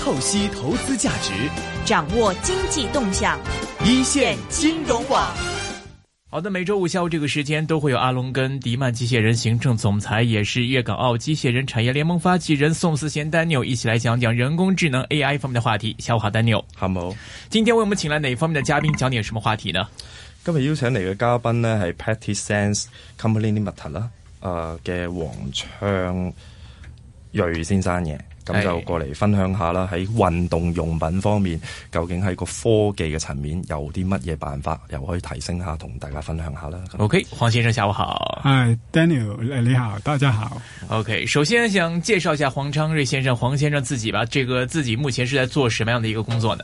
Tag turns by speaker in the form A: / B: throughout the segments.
A: 透析投资价值，
B: 掌握经济动向，
A: 一线
B: 金融网。
C: 好的，每周五下午这个时间都会有阿龙跟迪曼机械人行政总裁，也是粤港澳机械人产业联盟发起人宋思贤 Daniel 一起来讲讲人工智能 AI 方面的话题。下午好，Daniel。
D: 夏冇，
C: 今天为我们请来哪方面的嘉宾，讲点什么话题呢？
D: 今日邀請嚟嘅嘉賓呢係 Patty Sense Company Limited 啦、呃，誒嘅黃昌瑞先生嘅，咁就
C: 係
D: 過嚟分享下啦，喺運動用品方面，究竟喺個科技嘅層面有啲乜嘢辦法，又可以提升下，同大家分享下啦。咁
C: OK，黄先生下午好。
E: 嗨，Daniel，呃你好，大家好。
C: OK，首先想介绍一下黄昌瑞先生，黄先生自己吧。这个自己目前是在做什么样的一个工作呢？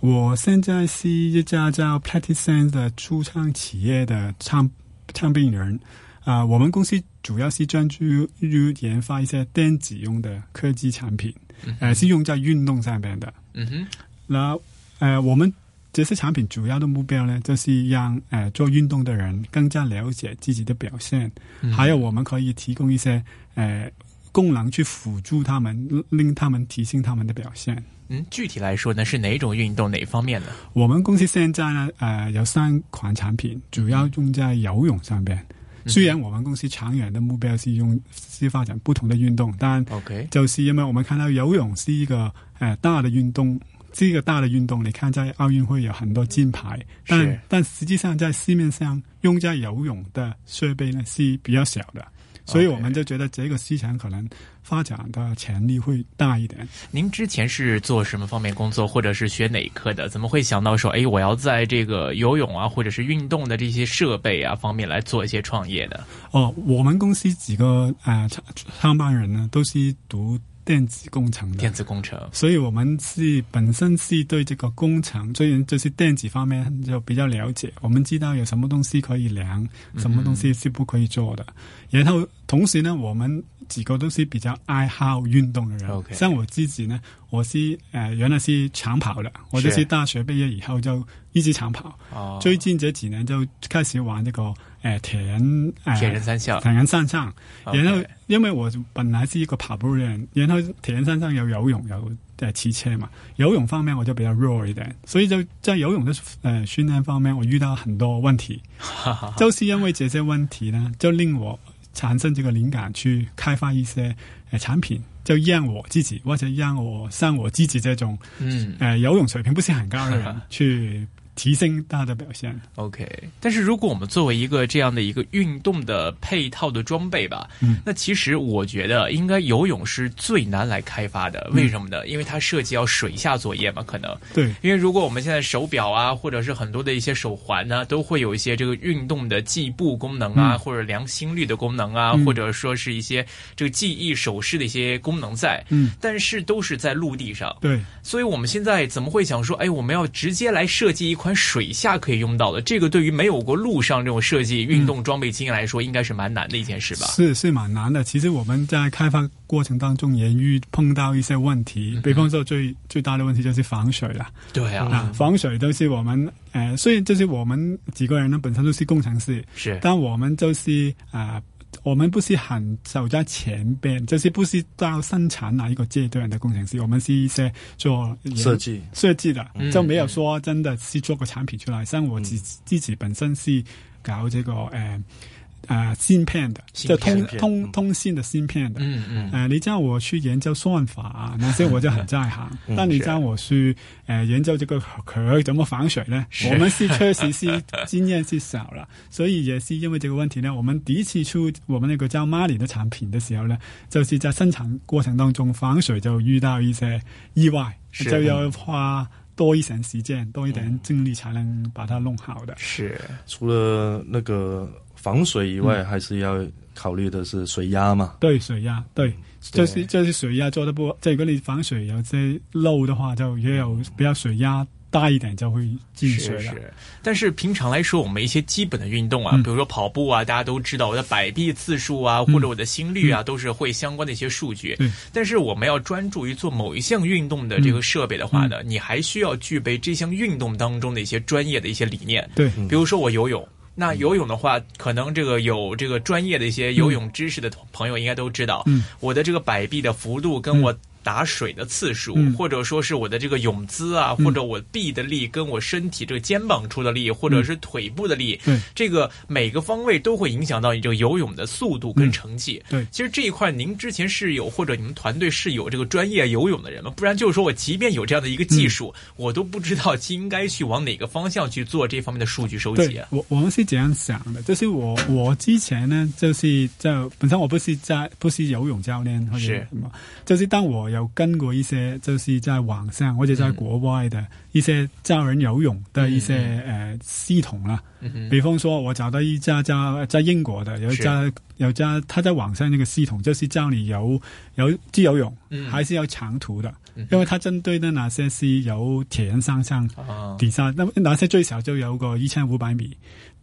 E: 我现在是一家叫 p l a t i s e n s 的初创企业的创创办人。啊、我们公司主要是专注于研发一些电子用的科技产品，呃，是用在运动上面的。
C: 嗯哼，
E: 那呃，我们这些产品主要的目标呢，就是让呃做运动的人更加了解自己的表现，
C: 嗯
E: 还有我们可以提供一些呃功能去辅助他们，令他们提升他们的表现。
C: 嗯，具体来说呢，是哪种运动，哪方面呢？
E: 我们公司现在呢，呃，有三款产品，主要用在游泳上边。
C: 嗯
E: 虽然我们公司长远的目标是用是发展不同的运动，但
C: OK
E: 就是因为我们看到游泳是一个呃大的运动，这个大的运动，你看在奥运会有很多金牌，
C: 是
E: 但但实际上在市面上用在游泳的设备呢是比较小的，所以
C: OK
E: 我们就觉得这个市场可能发展的潜力会大一点。
C: 您之前是做什么方面工作，或者是学哪一科的？怎么会想到说，哎，我要在这个游泳啊，或者是运动的这些设备啊方面来做一些创业的？
E: 哦，我们公司几个呃创创办人呢，都是读电子工程
C: 电
E: 的，
C: 子工程。
E: 所以我们是本身是对这个工程，虽然就是电子方面就比较了解，我们知道有什么东西可以量，
C: 嗯
E: 什么东西是不可以做的。然后同时呢，我们几个都是比较爱好运动的人
C: OK
E: 像我自己呢，我是呃原来是长跑的，我就是是大学毕业以后就一直长跑。
C: 哦，
E: 最近这几年就开始玩这个呃铁人呃
C: 铁人三项
E: 铁人三项，
C: 啊 OK
E: 然后因为我本来是一个跑步人，然后铁人三项有游泳有呃骑车嘛，游泳方面我就比较弱一点，所以就在游泳的呃训练方面我遇到很多问题，就是因为这些问题呢，就令我产生这个灵感去开发一些呃产品。就让我自己，或者让我像我自己这种，
C: 嗯
E: 呃，游泳水平不是很高的人去提升他的表现。
C: ，OK。但是如果我们作为一个这样的一个运动的配套的装备吧，
E: 嗯
C: 那其实我觉得应该游泳是最难来开发的。为什么呢？因为它涉及要水下作业嘛，可能。
E: 对，
C: 因为如果我们现在手表啊，或者是很多的一些手环呢、都会有一些这个运动的计步功能啊，
E: 嗯
C: 或者量心率的功能啊，
E: 嗯
C: 或者说是一些这个记忆手势的一些功能在，
E: 嗯，
C: 但是都是在陆地上。
E: 对，
C: 所以我们现在怎么会想说，哎，我们要直接来设计一款水下可以用到的？这个对于没有过陆上这种设计运动装备经验来说，应该是蛮难的一件事吧？
E: 是是蛮难的。其实我们在开发过程当中也遇碰到一些问题，比方说最最大的问题就是防水了。
C: 对啊
E: 啊，，防水都是我们呃，虽然就是我们几个人呢本身都是工程师，
C: 是
E: 但我们就是啊、呃我们不是很走在前边，就是不是到生产哪一个阶段的工程师，我们是一些做研
D: 设计
E: 设计的
C: 嗯，
E: 就没有说真的是做个产品出来。像我自自己本身是搞这个呃呃芯片的，
C: 芯
E: 就
C: 片
D: 嗯
E: 通通通信的芯片的，
C: 嗯嗯。
E: 呃，你叫我去研究算法啊，那些我就很在行。
C: 嗯
E: 但你叫我去呃研究这个壳怎么防水呢？我们是确实是经验是少了， 所以也是因为这个问题呢，我们第一次出我们那个叫 Mali 的产品的时候呢，就是在生产过程当中防水就遇到一些意外，
C: 是嗯
E: 就要花多一点时间、多一点精力才能把它弄好的。
C: 是
D: 除了那个防水以外，还是要考虑的是水压嘛。
E: 对水压，对，
C: 嗯
D: 对
E: 就是就是水压做得不，即系如果你反水有些漏的话，就也有比较水压大一点就会进水
C: 是
E: 了。
C: 是，但是平常来说，我们一些基本的运动啊，
E: 嗯
C: 比如说跑步啊，大家都知道我的摆臂次数啊，或者我的心率啊，都是会相关的一些数据。
E: 嗯对
C: 但是我们要专注于做某一项运动的这个设备的话呢，
E: 嗯
C: 你还需要具备这项运动当中的一些专业的一些理念。
E: 对，
C: 比如说我游泳。那游泳的话，可能这个有这个专业的一些游泳知识的同朋友应该都知道，
E: 嗯
C: 我的这个摆臂的幅度跟我打水的次数，
E: 嗯
C: 或者说是我的这个泳姿啊，
E: 嗯
C: 或者我臂的力跟我身体这个肩膀处的力，或者是腿部的力，
E: 嗯对
C: 这个每个方位都会影响到你这个游泳的速度
E: 嗯
C: 跟成绩。
E: 对
C: 其实这一块您之前是有，或者你们团队是有这个专业游泳的人吗？不然就是说我即便有这样的一个
E: 嗯
C: 技术，我都不知道应该去往哪个方向去做这方面的数据收集
E: 对
C: 啊。，
E: 我我们是这样想的，就是我我之前呢，就是就本身我不是在不是游泳教练或者
C: 是
E: 什么，就是当我有跟过一些就是在网上或者
C: 嗯
E: 在国外的一些教人游泳的一些、呃系统啦，
C: 嗯哼
E: 比方说我找到一家在在英国的有一家有一家他在网上那个系统就是教你游游自由泳，
C: 嗯
E: 还是有长途的，
C: 嗯哼
E: 因为它针对的那些是有铁人三项。
C: 啊，
E: 底下那那些最少就有个一千五百米，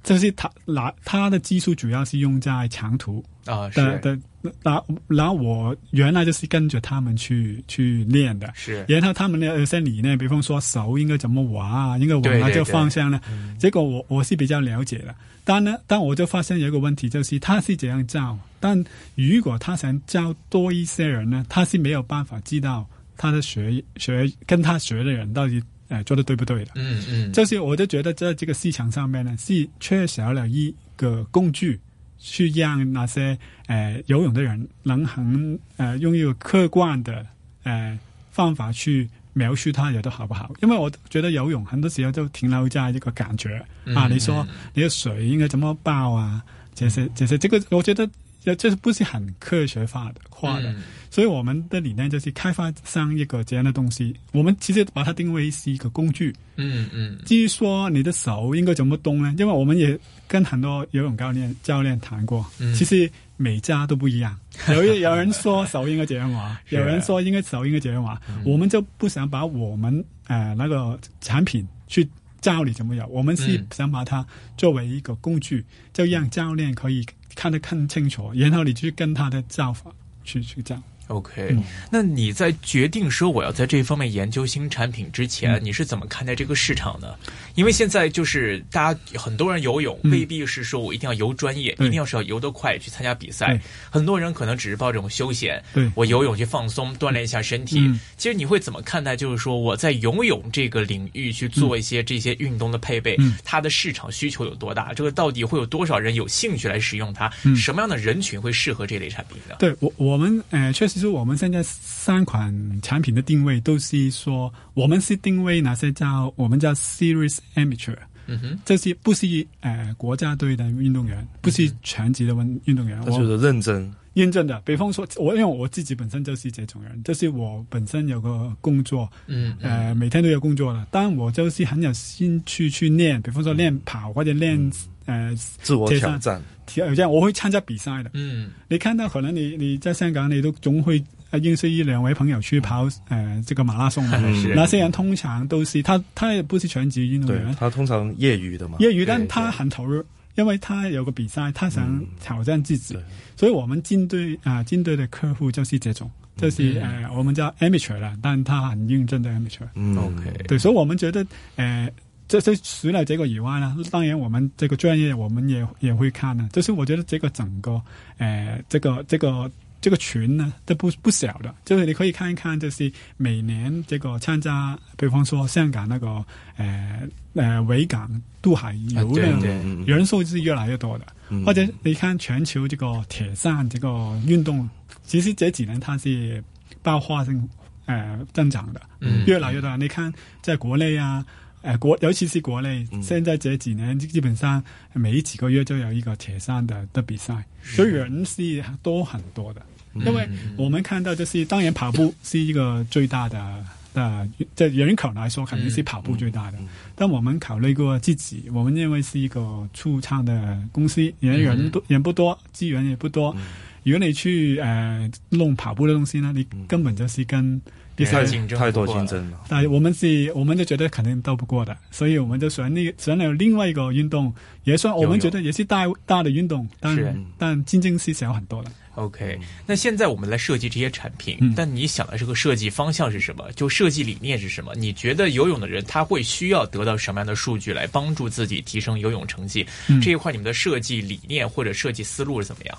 E: 就是它拿它的技术主要是用在长途
C: 啊
E: 的
C: 是
E: 的，然然后我原来就是跟着他们去去练的。
C: 是
E: 然后他们呢有些理念，比方说手应该怎么玩啊，应该往哪
C: 对对对
E: 个
C: 嗯
E: 方向呢？这个我我是比较了解的，但呢，但我就发现有一个问题，就是他是怎样教，但如果他想教多一些人呢，他是没有办法知道他的学学跟他学的人到底呃做的对不对的。
C: 嗯嗯，
E: 就是我就觉得在这个市场上面呢，是缺少了一个工具，去让那些呃游泳的人能很呃用一个客观的呃方法去描述它游的好不好。因为我觉得游泳很多时候都停留在一个感觉啊，
C: 嗯
E: 你说你的水应该怎么爆啊，这些这些，这个我觉得呃这是不是很科学化的化的。
C: 嗯
E: 所以我们的理念就是开发上一个这样的东西，我们其实把它定位是一个工具。
C: 嗯嗯
E: 至于说你的手应该怎么动呢？因为我们也跟很多游泳教练教练谈过，
C: 嗯
E: 其实每家都不 一样。有一有人说手应该怎样玩，
C: 是嗯
E: 有人说应该手应该怎样玩，我们就不想把我们呃那个产品去。教你怎么游，我们是
C: 嗯
E: 想把它作为一个工具，就让教练可以看得更清楚，然后你去跟他的教法去去教。
C: OK，、
E: 嗯
C: 那你在决定说我要在这方面研究新产品之前，
E: 嗯
C: 你是怎么看待这个市场呢？因为现在就是大家很多人游泳
E: 嗯
C: 未必是说我一定要游专业，
E: 对
C: 一定要是要游得快去参加比赛
E: 对，
C: 很多人可能只是抱这种休闲，
E: 对
C: 我游泳去放松锻炼一下身体。
E: 嗯
C: 其实你会怎么看待就是说我在游泳这个领域去做一些这些运动的配备，
E: 嗯
C: 它的市场需求有多大？这个到底会有多少人有兴趣来使用它？
E: 嗯
C: 什么样的人群会适合这类产品呢？
E: 对我，我们呃，确实是我们现在三款产品的定位都是说，我们是定位哪些叫我们叫 serious amateur，
C: 嗯哼，
E: 这些不是呃国家队的运动员，不是全职的运运动员，
D: 他嗯就
E: 我
D: 是认真，
E: 认真的。比方说，我因为我自己本身就是这种人，就是我本身有个工作，
C: 嗯嗯
E: 呃，每天都有工作了，但我就是很有兴趣去练，比方说练跑或者练、呃
D: 自我
E: 这
D: 挑
E: 样
D: 战。
E: 体呃这样，我会参加比赛的。
C: 嗯。
E: 你看到可能你你在香港，你都总会呃认识一两位朋友去跑呃这个马拉松嘛。
D: 嗯
E: 那些人通常都是他他也不是全职运动
D: 对
E: 员，
D: 他通常业余的嘛，
E: 业余，但
C: 对
E: 他很投入，因为他有个比赛，他想
D: 嗯
E: 挑战自己
D: 对。
E: 所以我们针对啊针对的客户就是这种，就是
C: 嗯
E: 呃我们叫 amateur 了，但他很认真的 amateur。
D: 嗯
C: OK
E: 对，所以我们觉得，呃，这这除了这个以外呢，当然我们这个专业我们也也会看呢。就是我觉得这个整个，呃，这个这个这个群呢，都不不小的。就是你可以看一看，就是每年这个参加，比方说香港那个，呃呃，维港渡海游
C: 啊对
E: 呢，
C: 对
D: 嗯
E: 人数是越来越多的。
D: 嗯
E: 或者你看全球这个铁三这个运动，其实这几年它是爆发性呃增长的，
C: 嗯
E: 越来越多。你看在国内啊，呃国尤其是国内，
D: 嗯
E: 现在这几年基本上呃每几个月就有一个铁三的的比
D: 嗯
E: 赛，所以人是多很多的。
C: 嗯
E: 因为我们看到就是，当然跑步是一个最大的。呃，在人口来说，肯定是跑步最大的。但我们考虑过自己，我们认为是一个初创的公司，人人多人不多，资源也不多。如果你去呃弄跑步的东西呢，你根本就是跟一
C: 太
E: 些
C: 竞争
D: 太
C: 不
D: 多
C: 过
D: 竞
C: 了
D: 争了，
E: 但我们是，我们就觉得肯定斗不过的，所以我们就选那选了另外一个运动，也算我
C: 游
E: 们
C: 泳
E: 觉得也是大大的运动，但
C: 是
E: 但竞争是小很多的。
C: OK，那现在我们来设计这些产品，
E: 嗯
C: 但你想的这个设计方向是什么？就设计理念是什么？你觉得游泳的人他会需要得到什么样的数据来帮助自己提升游泳成绩？
E: 嗯
C: 这一块你们的设计理念或者设计思路是怎么样？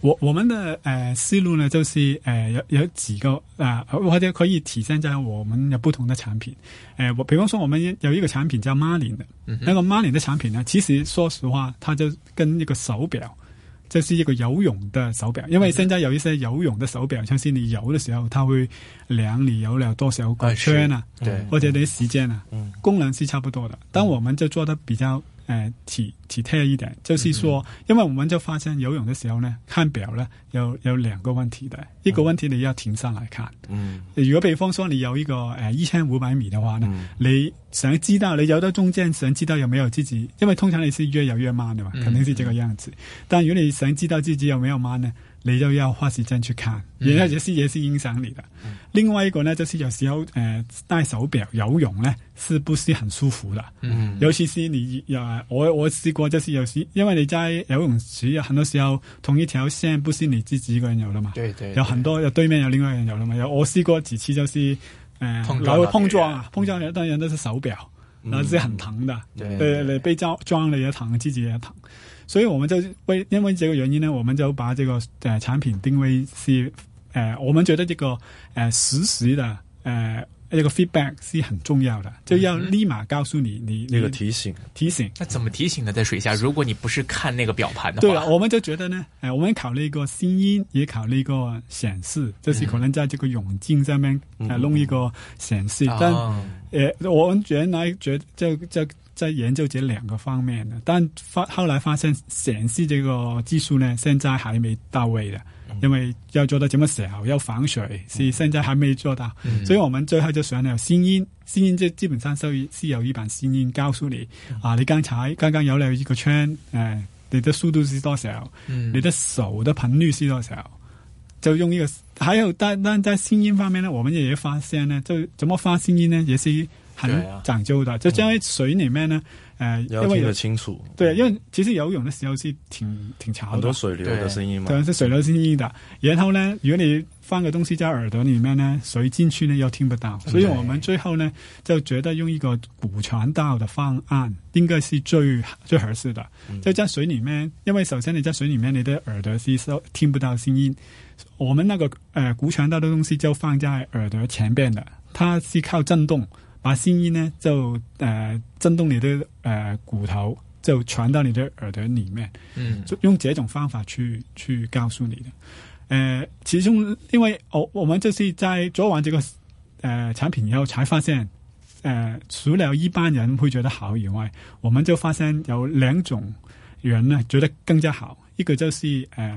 E: 我我们的呃思路呢，就是呃有有几个啊、呃或者可以体现在我们有不同的产品。呃，我比方说我们有一个产品叫 Marlin 的，那个 Marlin 的产品呢，其实说实话，它就跟一个手表，就是一个游泳的手表，因为现在有一些游泳的手表，像是你游的时候，它会量你游了多少个圈啊，
C: 哎是对
E: 或者你的时间啊，功能是差不多的，但我们就做的比较呃体体贴一点，就是说，因为我们就发现游泳的时候呢，看表呢有有两个问题的，一个问题你要停下来看，
D: 嗯
E: 如果比方说你有一个诶一千五百米的话呢，
D: 嗯
E: 你想知道你游到中间，想知道有没有自己，因为通常你是越游越慢的嘛，
C: 嗯
E: 肯定是这个样子。但如果你想知道自己有没有慢呢，你就要花时间去看，
C: 嗯
E: 然后这些也是影响你的。另外一个呢，就是有时候诶、呃戴手表游泳呢，是不是很舒服的？
C: 嗯
E: 尤其是你呃，我我试過就是有時，因為你在游泳池很多時候同一條線不是你自己一個人游的嘛，
C: 对对
E: 有很多有對面有另外一個人游的嘛，有我試過幾次就是呃，
C: 碰撞
E: 來回
C: 到
E: 碰
C: 別
E: 撞
C: 人
E: 啊，碰撞有當然都是手表，然後是很疼的，
C: 对
E: 对你被撞撞了也疼，自己也疼。所以我们就为因为这个原因呢，我们就把这个呃产品定位是呃，我们觉得这个呃实时的呃一个 feedback 是很重要的，就
C: 嗯
E: 要立马告诉你你
D: 那个
E: 你
D: 提醒，
E: 提醒。
C: 那怎么提醒呢？在水下，如果你不是看那个表盘的话，
E: 对了，我们就觉得呢，呃，我们考虑一个声音，也考虑一个显示，就是可能在这个泳镜上面呃
D: 嗯
E: 弄一个显示，但
C: 啊
E: 呃，我们原来觉就就在研究这两个方面的，但发后来发现显示这个技术呢，现在还没到位的，因为要做到这么小，要防水，是现在还没做到，
C: 嗯
E: 所以我们最后就选了声音，声音就基本上是有是有一版声音告诉你啊，你刚才刚刚有了一个圈，呃，你的速度是多少，
C: 嗯
E: 你的手的频率是多少？就用一个，还有但但在声音方面呢，我们也发现呢，就怎么发声音呢，也是很
C: 对啊
E: 讲究的。就因为水里面呢，呃，
D: 要
E: 因为
D: 听
E: 有
D: 得清楚。嗯
E: 对，因为其实游泳的时候是挺挺吵
D: 很
E: 的
D: 多，水流的声音嘛
E: 对，，是水流声音的。然后呢，如果你放个东西在耳朵里面呢，水进去呢又听不到，所以我们最后呢就觉得用一个骨传导的方案应该是最最合适的。就在水里面，因为首先你在水里面，你的耳朵是收听不到声音。我们那个呃骨传导的东西就放在耳朵前边的，它是靠震动把声音呢就呃震动你的呃骨头，就传到你的耳朵里面。
C: 嗯
E: 就用这种方法去去告诉你的。呃，其中因为我我们就是在做完这个呃产品以后，才发现，呃，除了一般人会觉得好以外，我们就发现有两种人呢觉得更加好，一个就是呃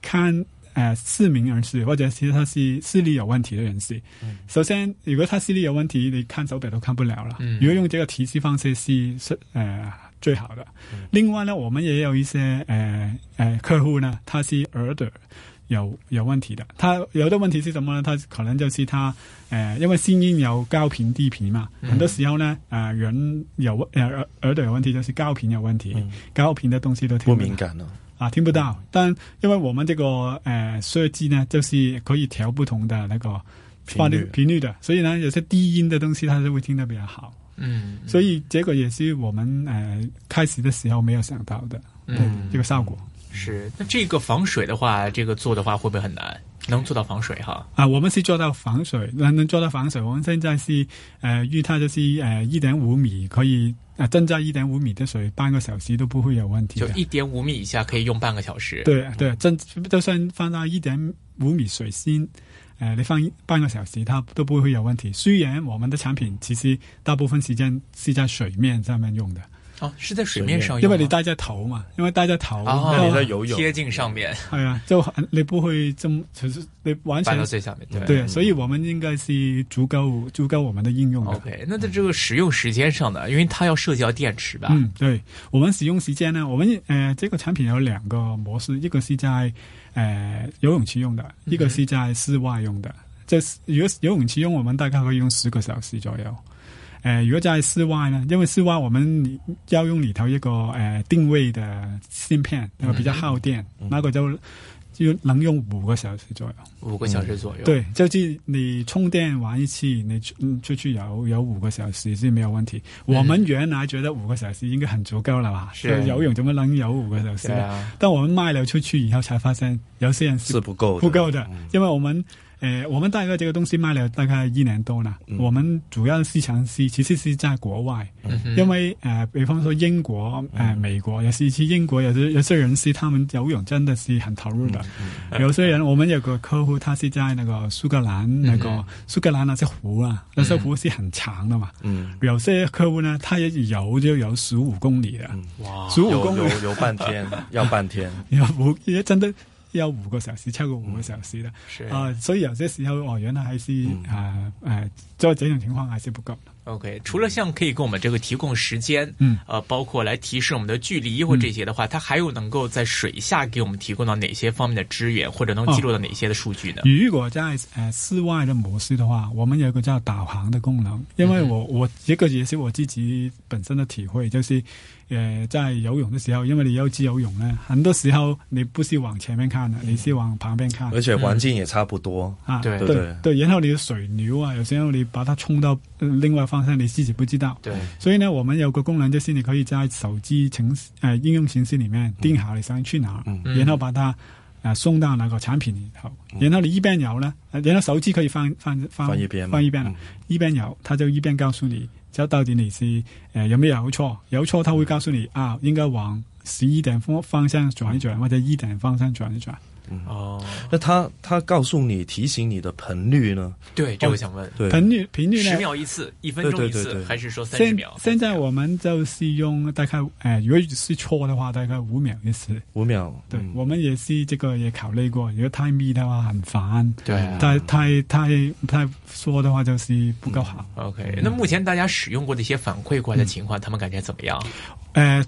E: 看。呃，失明人士或者是他是视力有问题的人士，首先如果他视力有问题，你看手表都看不了了。
C: 嗯
E: 如果用这个提示方式是是呃最好的。另外呢，我们也有一些呃呃客户呢，他是耳朵有有问题的。他有的问题是什么呢？他可能就是他呃，因为声音有高频、低频嘛，很多时候呢，呃，人有呃耳耳朵有问题，就是高频有问题，高频的东西都听
D: 不
E: 不到
D: 敏感咯。
E: 啊，听不到。但因为我们这个呃设计呢，就是可以调不同的那个发
D: 频
E: 的
D: 率
E: 频率的，所以呢，有些低音的东西它就会听得比较好。
C: 嗯，
E: 所以这个也是我们呃开始的时候没有想到的，对、
C: 嗯
E: 这个效果
C: 是那这个防水的话，这个做的话会不会很难？能做到防水哈？
E: 啊、我们是做到防水，能能做到防水。我们现在是呃预它就是呃一点五米可以呃增加一点五米的水，半个小时都不会有问题
C: 就
E: 的。
C: 一点五米以下可以用半个小时。
E: 对对，真就算放到一点五米水先，呃，你放半个小时，它都不会有问题。虽然我们的产品其实大部分时间是在水面上面用的，
C: 哦，是在水面上
E: 因
C: 用吗，
E: 为你戴在头嘛，因为戴在头，
C: 哦，
D: 那你在游泳
C: 贴近上面，
E: 系啊，就很你不会这么，就是你完
C: 摆
E: 全
C: 到最下面，对。
E: 对，所以我们应该是足够足够我们的应用的。
C: OK，那在这个使用时间上呢，因为它要涉及到电池吧？
E: 嗯，对，我们使用时间呢，我们呃这个产品有两个模式，一个是在呃游泳池用的，一个是在室外用的。就是如果游泳池用，我们大概可以用十个小时左右。呃，如果在室外呢，因为室外我们里要用里头一个呃定位的芯片，那个比较耗电，那个就就能用五个小时左右。
C: 五个小时左右。，
E: 嗯对，就是你充电玩一次，你出嗯出去游游五个小时是没有问题。我们原来觉得五个小时应该很足够了吧？
C: 是
E: 游泳怎么能游五个小时
C: 对
E: 呢？
C: 啊，
E: 但我们卖了出去以后，才发现有些人是
D: 是不够的
E: 不够的，因为我们呃，我们大概这个东西卖了大概一年多了，
D: 嗯
E: 我们主要市场是其实是在国外，
D: 嗯
E: 因为呃，比方说英国、呃美国，有时去英国有些有些人是他们游泳真的是很投入的，
D: 嗯
E: 有些人我们有个客户他是在那个苏格兰那
D: 嗯
E: 个苏格兰那些湖啊，那些湖是很长的嘛，
D: 嗯，
E: 有些客户呢，他一游就游十五公里
D: 嗯
E: 了，
C: 哇，
E: 十五
D: 游
E: 公里啊
D: 游游半天， 要半天，
E: 有五真的有五個小時，超過五個小時啦。
C: 是
E: 啊、所以有些時候哦，原來還是啊誒，在、這種情況還是不夠。
C: OK，除了像可以给我们这个提供时间，
E: 嗯
C: 呃，包括来提示我们的距离或这些的话，它还有能够在水下给我们提供到哪些方面的支援，或者能记录到哪些的数据呢？
E: 如果在誒室外的模式的話，我們有一個叫導航的功能，因為我我一個也是我自己本身的體會，就是誒、呃在游泳的時候，因為你要自由泳呢，很多時候你不是往前面看的，你是往旁邊看。
D: 而且
C: 嗯
D: 环境也差不多。
E: 啊，
C: 对
E: 对
D: 对
E: 然后你的水流啊，有时候你把它冲到呃另外方向，你自己不知道。
C: 对，
E: 所以呢，我们有个功能就是你可以在手机程式呃应用程式里
C: 嗯
E: 面定好你想去哪，
D: 嗯
E: 然后把它呃送到那个产品里头，
C: 嗯
E: 然后你一边游呢，呃然后手机可以放放放
D: 放一边嘛
E: 放一边了
D: 嗯
E: 一边游，它就一边告诉你，就到底你是呃有没有游错，游错它会告诉你
C: 嗯
E: 啊，应该往十一点方方向转一转，或者一点方向转一转。
C: 哦，
D: 那他他告诉你提醒你的频率呢？
C: 对，这我想问，
D: 对，
E: 频率频率呢
C: 十？秒一次，一分钟一
D: 对对
C: 次，
D: 对对
C: 还是说三十
E: 现
C: 秒？
E: 现在我们就是用大概，呃，如果是错的话，大概五秒一次。
D: 五秒。
E: 对，
D: 嗯
E: 我们也是这个也考虑过，如果太密的话很烦，
C: 对啊
E: 太太太太说的话就是不够好。
C: OK，那目前大家使用过的一些反馈过来的
E: 嗯
C: 情况，他们感觉怎么样？嗯
E: 呃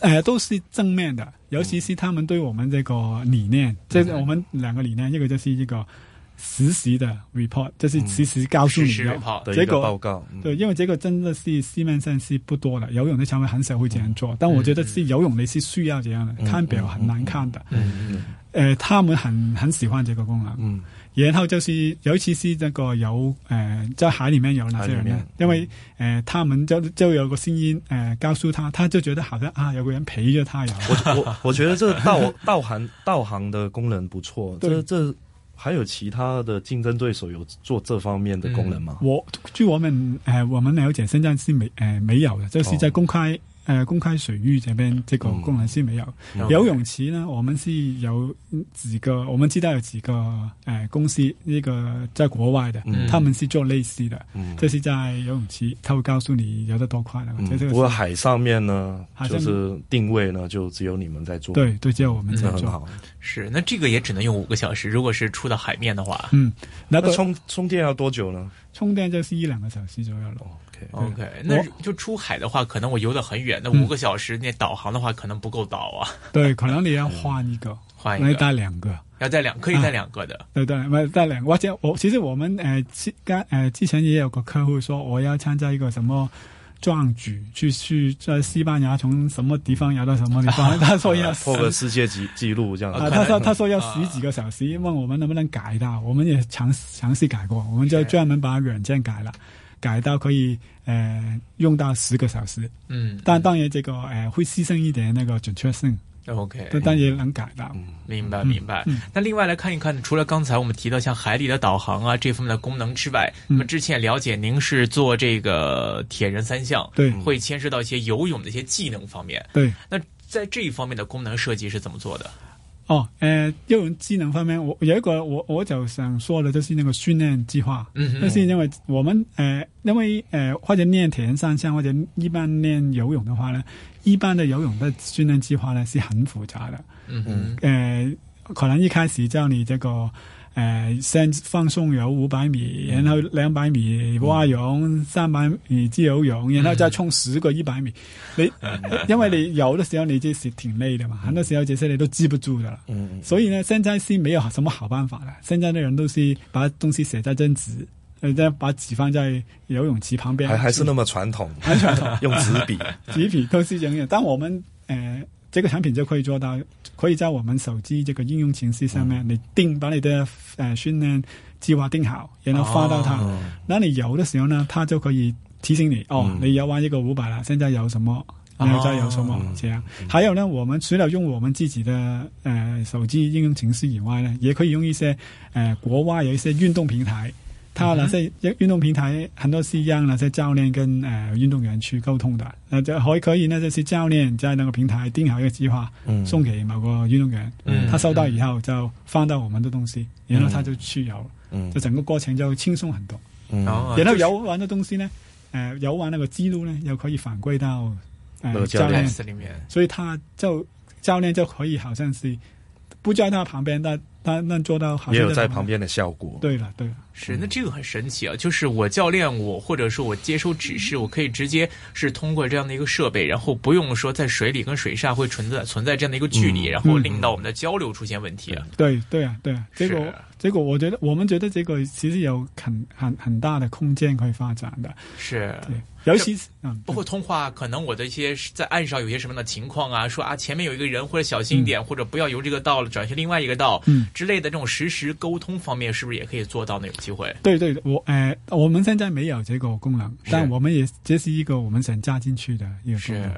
E: 呃，都是正面的，尤其是他们对我们这个理
C: 嗯
E: 念，这、是我们两个理念，一个就是一个实时的
C: 嗯
E: report，就是实时告诉
C: 实
E: 你
C: 时
E: 的。
C: report，
D: 的
E: 结
D: 一个
E: 果
D: 报告。嗯
E: 对，因为这个真的是市面上是不多的，游泳的产品很少会这样
C: 嗯
E: 做。但我觉得是游泳你是需要这样的，看表很难看的。
C: 嗯
E: 呃，他们很很喜欢这个功能。
D: 嗯，
E: 然后就是，尤其是那个有呃，在海里面有哪些人
D: 海里
E: 呢
D: 面？
E: 因为呃，他们就就有个声音呃告诉他，他就觉得好像啊，有个人陪着他游。
D: 我我我觉得这道道行道行的功能不错。这
E: 对
D: 这还有其他的竞争对手有做这方面的功能吗？
E: 我据我们呃我们了解，现在是没呃没有的，就是在
D: 哦
E: 公开、呃公开水域这边这个功能是没有。
C: 嗯
E: 游泳池呢，我们是有几个，我们知道有几个呃公司，那个在国外的，
D: 嗯
E: 他们是做类似的，
D: 嗯
E: 就是在游泳池，他会告诉你游得多快了，
D: 嗯
E: 这这，
D: 不
E: 个
D: 过
E: 是
D: 海上面呢，
E: 海上
D: 就
E: 面
D: 是定位呢，就只有你们在做，
E: 对，对，只有我们在
D: 那嗯很
E: 做。
D: 好。
C: 是，那这个也只能用五个小时。如果是出到海面的话
E: 嗯，那
D: 那
E: 个充
D: 充充电要多久呢
E: 充电就是一两个小时左右了。
D: ？OK，
C: ，OK，那
E: 嗯
C: 就出海的话，可能我游得很远，那五个小时那导航的话可能不够导啊，
E: 对，可能你要换一个，
D: 哎
C: 换
E: 你
C: 一个
E: 带两个。
C: 要带两，可
E: 啊
C: 以带两个的。
E: 对对，唔系得两，或者我其实我们诶之间诶之前也有个客户说我要参加一个什么壮举，去去在西班牙从什么地方游到什么 地方，他说要十
D: 呃破个世界纪纪录这样
E: 啊，
D: 子。
E: 他说他说要十几个小时，问我们能不能改到，我们也尝尝试改过，我们就专门把软件改了，改到可以呃用到十个小时，
C: 嗯，
E: 但当然这个呃会牺牲一点那个准确性，
C: 嗯 OK，
E: 但但也能改到。
C: 明
E: 嗯
C: 白明白。那另外来看一看，除了刚才我们提到像海里的导航啊这方面的功能之外，那
E: 嗯
C: 么之前了解您是做这个铁人三项，
E: 对
C: 会牵涉到一些游泳的一些技能方面。
E: 对。
C: 那在这一方面的功能设计是怎么做的？
E: 哦，呃，游泳技能方面，我有一个我我就想说的，就是那个训练计划。
C: 嗯哼
E: 就是因为我们呃，因为呃，或者练铁人三项或者一般练游泳的话呢，一般的游泳的训练计划呢是很复杂的。
C: 嗯嗯
E: 呃，可能一开始叫你这个呃，先放松游五百米，
D: 嗯
E: 然后两百米蛙泳，三百米自由泳，
D: 嗯
E: 然后再冲十个一百米。你、因为你游的时候你就是挺累的嘛，很多时候这些你都记不住的了。
D: 嗯，
E: 所以呢，现在是没有什么好办法了。现在的人都是把东西写在张纸，呃，再把纸放在游泳池旁边，
D: 还还是那么传统，
E: 很传统。
D: 用纸笔。
E: 集体都是这样。但我们呃，这个产品就可以做到，可以在我们手机这个应用程式上面，你定把你的呃训练计划定好，然后发到它。那你游的时候呢，它就可以提醒你哦，你游完一个五百了，现在有什么？然后再有什么、这样？还有呢，我们除了用我们自己的呃手机应用程式以外呢，也可以用一些呃国外有一些运动平台，它那些运动平台很多是让那些教练跟呃运动员去沟通的，那就还可以呢，就是教练在那个平台定好一个计划，
D: 嗯
E: 送给某个运动员，
D: 嗯
E: 他收到以后就放到我们的东西，然后他就去游，
D: 嗯
E: 就整个过程就轻松很多。
D: 嗯
C: 然后啊
E: 然
C: 就
E: 后
C: 是
E: 游玩的东西呢，呃，游玩那个记录呢，又可以反馈到
D: 那
E: 呃
D: 个教
E: 教练
D: 练
C: Apps 里面，
E: 所以他就教练就可以好像是不在他旁边，但但但做到好像
D: 也有在旁
E: 旁。
D: 边的效果。
E: 对了，对了，
C: 是，那这个很神奇啊！就是我教练我，或者说我接收指示，我可以直接是通过这样的一个设备，然后不用说在水里跟水下会存在存在这样的一个距离，然后令到我们的交流出现问题啊。
E: 对对啊，对啊，这
C: 是
E: 个这个，我觉得我们觉得这个其实有很很很大的空间可以发展的，
C: 嗯是，
E: 对，尤其是嗯，
C: 包括通话，可能我的一些在岸上有些什么样的情况啊，说啊前面有一个人，或者小心一点，或者不要由这个道了转去另外一个道、
E: 嗯
C: 之类的这种实时沟通方面，是不是也可以做到呢？有机会？
E: 对对，我呃，我们现在没有这个功能，
C: 是
E: 但我们也这是一个我们想加进去的一个功
C: 是
E: 能，，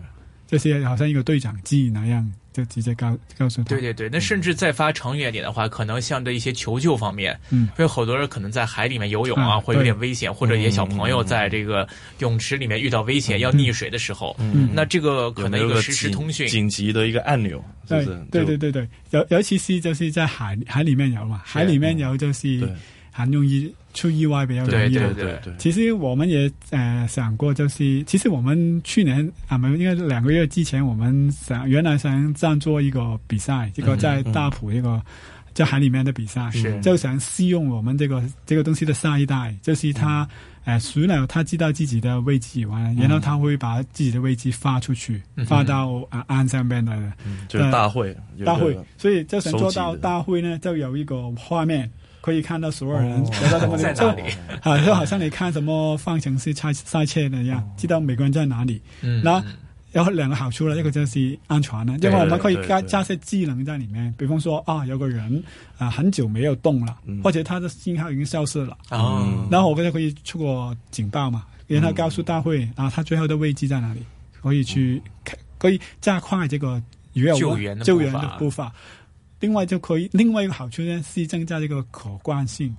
E: 就是好像一个队长机那样，就直接告告诉他，
C: 对对对。那甚至再发长远一点的话，可能像这一些求救方面，
E: 嗯，
C: 因为好多人可能在海里面游泳啊，
E: 啊
C: 会有点危险，或者一些小朋友在这个泳池里面遇到危险要溺水的时候，
E: 嗯
C: 那这个可
D: 有没
C: 能
D: 有
C: 一
D: 一
C: 个
D: 个
C: 实时
D: 紧
C: 通讯，
D: 紧急的一个按钮，是不
E: 对
D: 是？
E: 对
D: 就
E: 对对对，尤尤其是就是在海海里面游嘛，海里面游就是
D: 对
E: 很容易出意外，比较容易
C: 嗯对
E: 的。
C: 对
D: 对对对，
E: 其实我们也呃想过，就是其实我们去年啊，没有，应该两个月之前，我们想原来想赞助一个比赛，一个
D: 嗯
E: 在大埔一个在海里面的比赛，
C: 是
E: 就想利用我们这个这个东西的下一代，就是他
D: 嗯
E: 呃除了他知道自己的位置以外，然后他会把自己的位置发出去，
D: 嗯
E: 发到啊岸上面来的。
D: 就是大会，嗯有一个哦
E: 大会，所以就想做
D: 收
E: 到
D: 集的
E: 大会呢，就有一个画面可以看到所有
D: 哦
E: 人走到什么地
C: 在
E: 方，
C: 哪里？
E: 就啊，就好像你看什么方程式赛赛车的一样，知道每个人在哪里。
C: 嗯，
E: 那有两个好处了，一个就是安全了，因为我们可以加
D: 对对对
E: 加些技能在里面，比方说啊，有个人啊很久没有动了，或者他的信号已经消失了，
C: 嗯哦，
E: 然后我们就可以出个警报嘛，然后告诉大会啊，他最后的位置在哪里，可以去可以加快这个鱼友
C: 嗯救援的步伐
E: 救援的步伐。另外就可以，另外一个好处呢是增加这个可观性，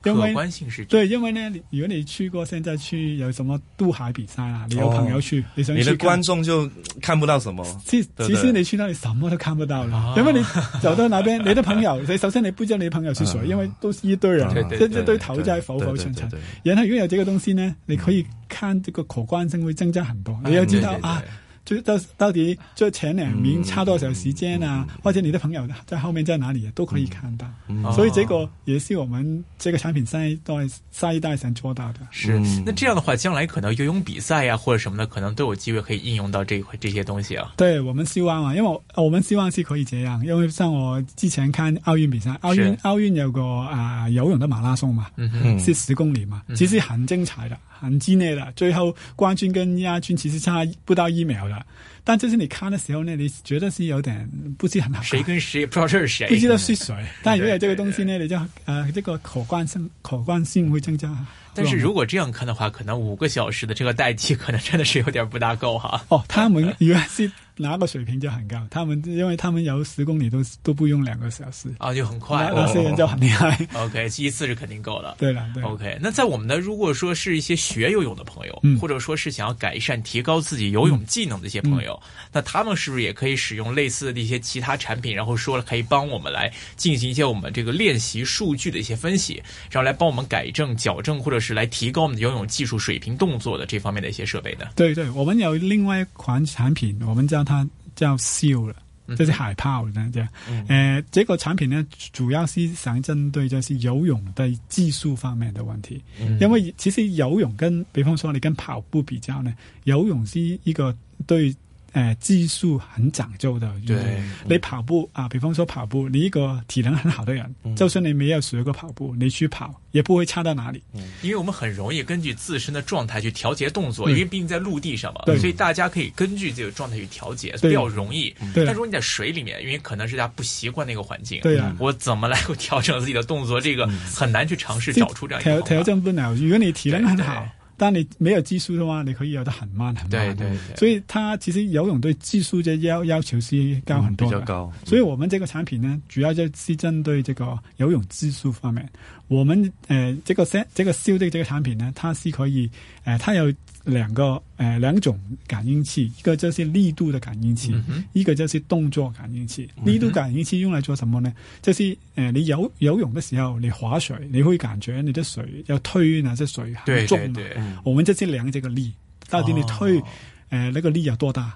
C: 可
E: 因为
C: 观性是
E: 对，因为呢，你如果你去过，现在去有什么渡海比赛啊，你有
D: 哦
E: 朋友去，你想
D: 你
E: 去
D: 的
E: 看
D: 观。众就看不到什么，
E: 其
D: 对
E: 其实
D: 对
E: 你去那里什么都看不到了
C: 啊，
E: 因为你走到那边，你的朋友，你首先你不知道你的朋友是谁，
D: 嗯
E: 因为都是一堆人
C: 对，
E: 这
C: 对
E: 这堆头在浮浮沉沉
D: 对。对对对对
E: 然后如果有这个东西呢，你可以看这个可观性会增加很多，你要知道
C: 嗯哎对对对
E: 啊，就到到底就前两名差多少时间啊，或者你的朋友在后面在哪里啊，都可以看到。
C: 哦
E: 所以这个也是我们这个产品下一代下一代想做到的。
C: 是
D: 嗯。
C: 那这样的话，将来可能游泳比赛呀、或者什么的，可能都有机会可以应用到这一块这些东西啊。
E: 对我们希望啊，因为我我们希望是可以这样，因为像我之前看奥运比赛，奥运
C: 是
E: 奥运有个啊、游泳的马拉松嘛，
C: 嗯哼，
D: 嗯
E: 是十公里嘛，其实很精彩的，很激烈的。最后冠军跟亚军其实差不到一秒的，但就是你看的时候呢，你觉得是有点不是很好看，
C: 谁跟谁也不知道这是谁
E: 不。知道是谁。 但如果有这个东西呢，你就呃这个可观性可观性会增加。
C: 但是如果这样看的话，可能五个小时的这个代替，可能真的是有点不大够哈。
E: 哦，他们原来是 拿个水平就很高，他们因为他们有十公里都都不用两个小时，
C: 啊，就很
E: 那
C: 快。
E: 那些人就很厉害。
C: OK，第一次是肯定够了。
E: 对了，对了
C: 哦 OK，那在我们的如果说是一些学游泳的朋友，
E: 嗯
C: 或者说是想要改善、提高自己游泳技能的一些朋友，
E: 嗯
C: 那他们是不是也可以使用类似的一些其他产品，然后说了可以帮我们来进行一些我们这个练习数据的一些分析，然后来帮我们改正、矫正，或者是来提高我们的游泳技术水平、动作的这方面的一些设备呢？
E: 对对，我们有另外一款产品，我们叫它叫 SEAL 了。
C: 嗯
E: 就是海泡呢，这样，
D: 嗯
E: 呃，这个产品呢，主要是想针对就是游泳的技术方面的问题，
C: 嗯
E: 因为其实游泳跟，比方说你跟跑步比较呢，游泳是一个对呃技术很讲究的。
C: 对
E: 嗯你跑步啊，比方说跑步，你一个体能很好的人，
C: 嗯
E: 就算你没有学过跑步，你去跑也不会差到哪里。
C: 因为我们很容易根据自身的状态去调节动作，因为毕竟在陆地上嘛，
E: 嗯对
C: 所以大家可以根据这个状态去调节，
E: 对
C: 比较容易。
E: 对
C: 但如果你在水里面，因为可能是大家不习惯那个环境，
E: 对啊嗯
C: 我怎么来调整自己的动作，这个很难去尝试找出这样一
E: 调
C: 个
E: 调
C: 方法。
E: 整不了。如果你体能很
C: 对
E: 好
C: 对，
E: 但你没有技术的话，你可以游得很慢很慢。
C: 对对对
E: 所以它其实游泳对技术的要要求是高很多
D: 嗯比
C: 嗯
E: 的。
D: 较高。
E: 所以我们这个产品呢，主要就是针对这个游泳技术方面。我们呃这个三这个修的这个产品呢，它是可以呃它有两个呃两种感应器，一个就是力度的感应器，
C: 嗯哼
E: 一个就是动作感应器。力度感应器用来做什么呢？就是呃你游游泳的时候，你划水，你会感觉你的水要推哪些水
C: 对
E: 很重啊嗯
C: 对
E: 嘛
C: 对，
E: 我们就是量这个力，到底你推、
C: 哦
E: 呃那个力有多大？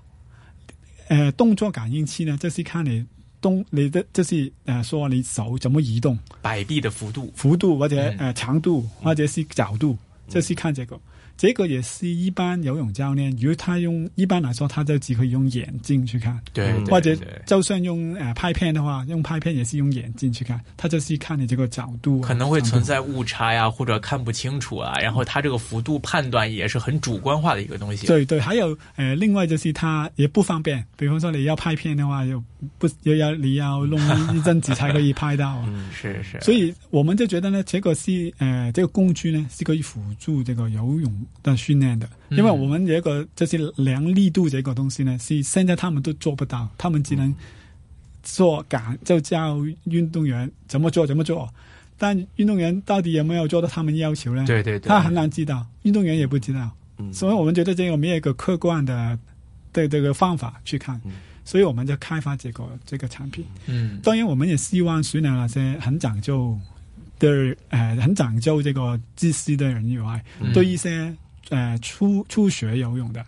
E: 呃，动作感应器呢，就是看你动你的，就是呃说你手怎么移动，
C: 摆臂的幅度，
E: 幅度或者
C: 嗯
E: 呃长度或者是角度，就是看这个。这个也是一般游泳教练，如果他用一般来说，他就只可以用眼睛去看，
C: 对，对
E: 或者
C: 对
E: 就算用呃拍片的话，用拍片也是用眼睛去看，他就是看你这个角度啊、
C: 可能会
E: 长度
C: 存在误差呀，或者看不清楚啊，然后它这个幅度判断也是很主观化的一个东西。
E: 对对，还有呃，另外就是它也不方便，比方说你要拍片的话，又不又要你要弄一一阵子才可以拍到啊。
C: 嗯是是，
E: 所以我们就觉得呢，这个是呃，这个工具呢是可以辅助这个游泳的训练的，因为
C: 嗯
E: 我们这个就是量力度这个东西呢，是现在他们都做不到，他们只
C: 嗯
E: 能做感，就教运动员怎么做怎么做，但运动员到底有没有做到他们要求呢？
C: 对对对，嗯
E: 他很难知道，运动员也不知道，所以我们觉得这个没有一个客观的对这个方法去看，所以我们就开发这个这个产品。
C: 嗯
E: 当然，我们也希望训练那些很讲究的呃很讲究这个知识的人以外，
C: 嗯
E: 对一些呃初初学游泳的，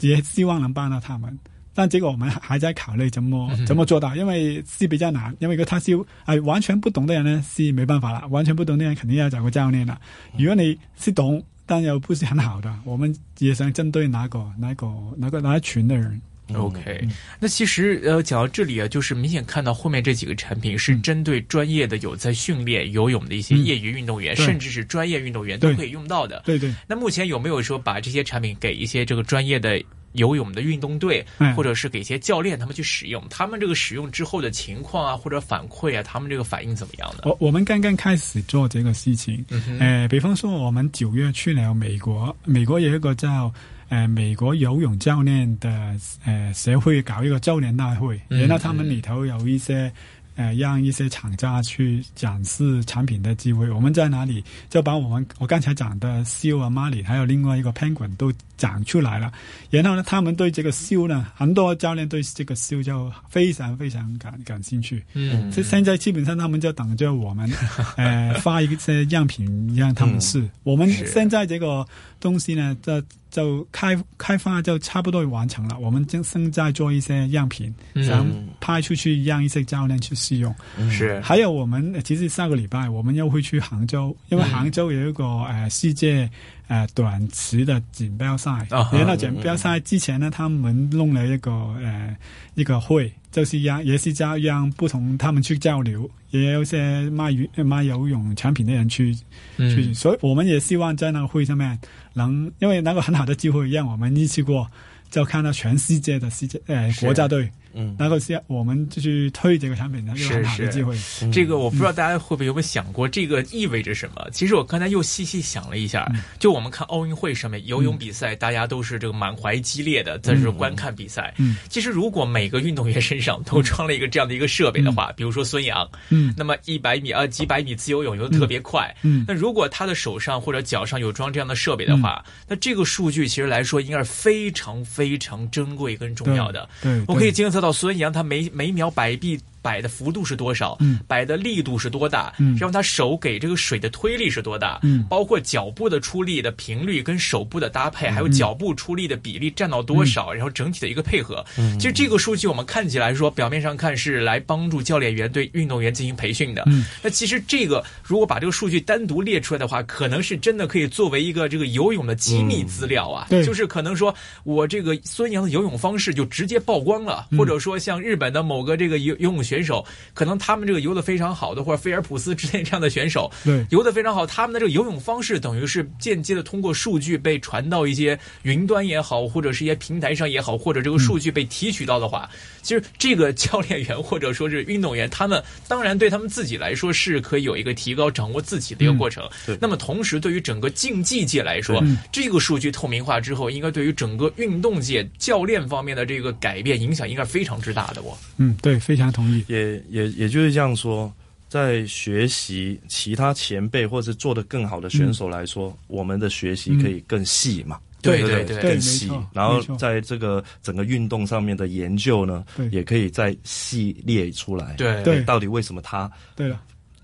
E: 也希望能帮到他们。但这个我们还在考虑怎么
C: 嗯哼
E: 怎么做到，因为是比较难，因为个他是啊完全不懂的人呢是没办法了，完全不懂的人肯定要找个教练了。
C: 嗯
E: 如果你是懂但又不是很好的，我们也想针对哪个哪个哪个哪一群的人，
D: 嗯
E: 嗯
C: ，OK。那其实呃，讲到这里啊，就是明显看到后面这几个产品是针对专业的有在训练游泳的一些
E: 嗯
C: 业余运动员，
E: 对
C: 甚至是专业运动员都
E: 对
C: 可以用到的。
E: 对对。
C: 那目前有没有说把这些产品给一些这个专业的游泳的运动队，
E: 嗯
C: 或者是给一些教练他们去使用？他们这个使用之后的情况啊，或者反馈啊，他们这个反应怎么样呢？嗯
E: 我我们刚刚开始做这个事情，
C: 哼
E: 呃，比方说我们九月去了美国，美国有一个叫呃美国游泳教练的呃协会搞一个周年大会，
C: 嗯
E: 然后他们里头有一些。呃，让一些厂家去展示产品的机会。我们在哪里就把我们我刚才讲的 seal 啊、Mali 还有另外一个 Penguin 都讲出来了。然后呢，他们对这个 seal 呢，很多教练对这个 seal 就非常非常感感兴趣。
C: 嗯
E: 这现在基本上他们就等着 我们，呃，发一些样品让他们试。
C: 嗯
E: 我们
C: 是
E: 现在这个东西呢，就就开开发就差不多完成了，我们正正在做一些样品，
C: 嗯
E: 想拍出去让一些教练去试用。
D: 嗯
C: 是
E: 还有我们呃其实下个礼拜我们又会去杭州，因为
C: 嗯
E: 杭州有一个、呃世界呃短池的锦标赛，
C: 啊哈
E: 然后锦标赛之前呢，他们弄了一个呃一个会，就是让也是叫让不同他们去交流，也有一些卖鱼卖游泳产品的人去去，
C: 嗯
E: 所以我们也希望在那个会上面能，因为那个很好的机会让我们一次过。就看到全世界的世界呃
C: 是
E: 国家队，
D: 嗯
E: 那个是我们就去推这个产品的一个很好
C: 是
E: 的
C: 是
E: 机会。
C: 这个我不知道大家会不会有没有想过，这个意味着什么？其实我刚才又细细想了一下，
E: 嗯
C: 就我们看奥运会上面游泳比赛，大家都是这个满怀激烈的在这观看比赛。
E: 嗯
C: 其实如果每个运动员身上都装了一个这样的一个设备的话，比如说孙杨，
E: 嗯
C: 那么一百米啊几百米自由泳游得特别快，
E: 嗯
C: 那如果他的手上或者脚上有装这样的设备的话，那这个数据其实来说应该是非常非常珍贵跟重要的。
E: 对对
C: 我可以监测到孙杨他每每秒摆臂摆的幅度是多少，
E: 嗯
C: 摆的力度是多大，
E: 嗯
C: 让他手给这个水的推力是多大，
E: 嗯
C: 包括脚步的出力的频率跟手部的搭配，
E: 嗯
C: 还有脚步出力的比例占到多少，然后整体的一个配合。其实这个数据我们看起来说，表面上看是来帮助教练员对运动员进行培训的，
E: 嗯
C: 那其实这个如果把这个数据单独列出来的话，可能是真的可以作为一个这个游泳的机
E: 嗯
C: 密资料啊，
E: 对
C: 就是可能说我这个孙杨的游泳方式就直接曝光了，或者说像日本的某个这个游游泳选手，可能他们这个游的非常好的，或者菲尔普斯之类这样的选手，
E: 对
C: 游的非常好，他们的这个游泳方式等于是间接的通过数据被传到一些云端也好，或者是一些平台上也好，或者这个数据被提取到的话，其实这个教练员或者说是运动员，他们当然对他们自己来说是可以有一个提高、掌握自己的一个过程。
D: 对
C: 那么同时，嗯对于整个竞技界来说，这个数据透明化之后，应该对于整个运动界教练方面的这个改变影响应该非常之大的哦。
E: 嗯，对，非常同意。
D: 也也也就是这样说，在学习其他前辈或者是做得更好的选手来说，我们的学习可以更细嘛。
C: 对
D: 不
C: 对对
E: 嗯对
D: 更细
E: 没错。
D: 然后
E: 没错
D: 在这个整个运动上面的研究呢
E: 对，
D: 也可以再细列出来。
C: 对
E: 对
D: 到底为什么他
E: 对了，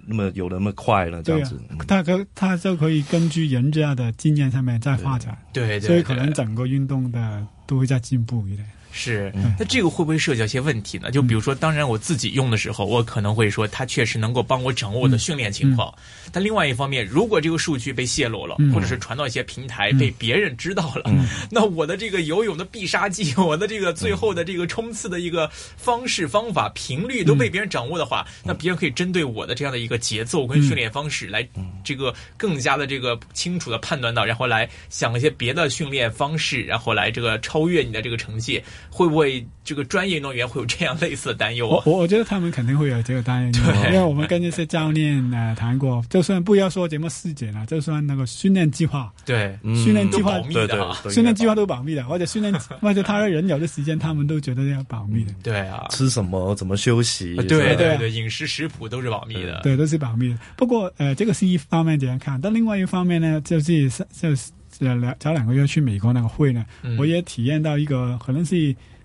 D: 那么有那么快呢？这
E: 对
D: 样
E: 啊
D: 子，嗯，
E: 他可他就可以根据人家的经验上面再发展，
C: 对对，
E: 所以可
C: 对
E: 能整个运动的都会在进步一点。
C: 是，那这个会不会涉及到一些问题呢？就比如说，当然我自己用的时候，我可能会说它确实能够帮我掌握我的训练情况，但另外一方面，如果这个数据被泄露了，
E: 嗯
C: 或者是传到一些平台被别人知道了，那我的这个游泳的必杀技，我的这个最后的这个冲刺的一个方式方法频率都被别人掌握的话，那别人可以针对我的这样的一个节奏跟训练方式来
E: 嗯
C: 这个更加的这个清楚的判断到，然后来想一些别的训练方式，然后来这个超越你的这个成绩，会不会这个专业运动员会有这样类似的担忧
E: 我
C: 啊？
E: 我我觉得他们肯定会有这个担忧，因为我们跟那些教练呃谈过，就算不要说节目细节了，就算那个训练计划，
C: 对，
E: 训练计
C: 嗯
E: 划
C: 都保密
D: 对
C: 的
D: 对
C: 啊，
D: 对
E: 训练计划都保密的，或者训练或者他的人有的时间，他们都觉得要保密的，
C: 对啊，呃
D: 吃什么，怎么休息？
C: 对
E: 对对
C: 对，饮食食谱都是保密
D: 啊
C: 的，
E: 对，都是保密的。不过呃，这个是一方面这样看，但另外一方面呢，就是就是呃两早两个月去美国那个会呢，
C: 嗯
E: 我也体验到一个可能是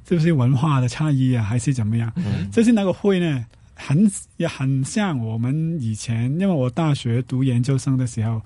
E: 是不是文化的差异啊，还是怎么样？
C: 嗯
E: 就是那个会呢，很也很像我们以前，因为我大学读研究生的时候，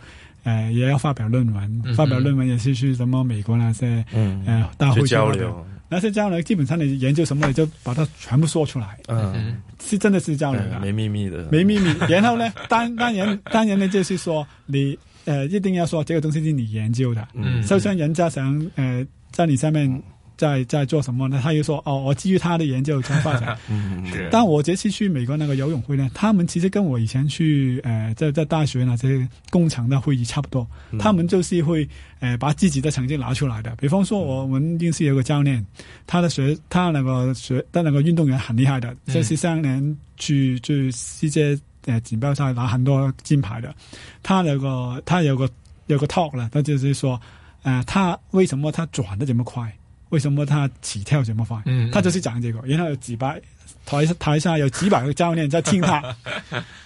E: 呃，也要发表论
C: 嗯哼
E: 文，发表论文也是去什么美国那些
D: 嗯，
E: 呃大会
D: 去交
E: 发表
D: 流，
E: 那些交流基本上你研究什么你就把它全部说出来，
D: 嗯，
C: 嗯，
E: 是真的是交流
D: 对
E: 的，
D: 没秘密的，
E: 没秘密。然后呢，当当然 当然呢，就是说你呃一定要说这个东西是你研究的，
C: 嗯
E: 就算人家想呃在你上面在在做什么呢，他又说哦，我基于他的研究才发展。
D: 嗯，嗯，
C: 是，
E: 但我这次去美国那个游泳会呢，他们其实跟我以前去呃在在大学那些工厂的会议差不多，
C: 嗯
E: 他们就是会呃把自己的成绩拿出来的。比方说我们认识有个教练，他的学他那个学他那个运动员很厉害的，
C: 嗯
E: 就是上年去去世界呃锦标赛拿很多金牌的。他有个他有个有个 talk 了，他就是说，呃，他为什么他转的这么快？为什么他起跳这么快？
C: 嗯
E: 他就是讲这个，然后有几百台台下有几百个教练在听 他，